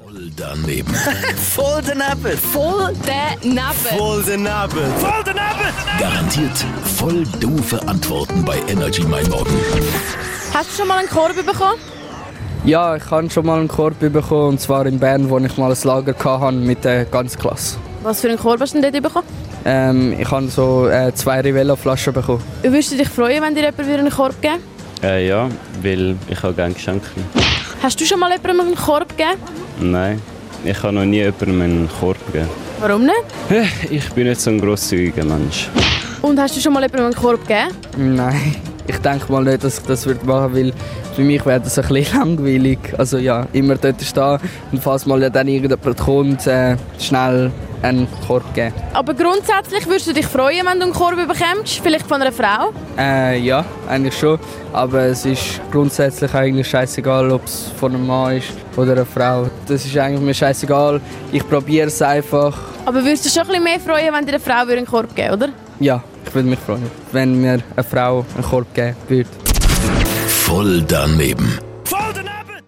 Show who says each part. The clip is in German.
Speaker 1: Voll daneben.
Speaker 2: Voll Appel.
Speaker 3: Voll der Nappe.
Speaker 2: Voll Appel.
Speaker 1: Garantiert voll doofe Antworten bei Energy Mein Morgen.
Speaker 3: Hast du schon mal einen Korb bekommen?
Speaker 4: Ja, ich habe schon mal einen Korb bekommen, und zwar in Bern, wo ich mal ein Lager hatte mit der ganzen Klasse.
Speaker 3: Was für einen Korb hast du denn dort bekommen?
Speaker 4: Ähm, ich habe so äh, zwei Rivella-Flaschen bekommen.
Speaker 3: Würdest du dich freuen, wenn dir jemand wieder einen Korb geben
Speaker 5: Äh, ja, weil ich habe gerne Geschenke.
Speaker 3: Hast du schon mal jemandem einen Korb gegeben?
Speaker 5: Nein, ich habe noch nie jemandem einen Korb gegeben.
Speaker 3: Warum nicht?
Speaker 5: Ich bin nicht so ein grosszügiger Mensch.
Speaker 3: Und hast du schon mal jemandem einen Korb gegeben?
Speaker 4: Nein, ich denke mal nicht, dass ich das würde machen würde, weil für mich wäre das ein bisschen langweilig. Also ja, immer dort stehen und falls mal dann irgendjemand kommt, äh, schnell einen Korb geben.
Speaker 3: Aber grundsätzlich würdest du dich freuen, wenn du einen Korb bekommst? Vielleicht von einer Frau?
Speaker 4: Äh, ja, eigentlich schon, aber es ist grundsätzlich eigentlich scheißegal, ob es von einem Mann ist oder einer Frau. Das ist eigentlich mir scheißegal. Ich probiere es einfach.
Speaker 3: Aber würdest du dich schon ein bisschen mehr freuen, wenn dir eine Frau einen Korb geben würde, oder?
Speaker 4: Ja, ich würde mich freuen, wenn mir eine Frau einen Korb geben würde.
Speaker 1: Voll daneben.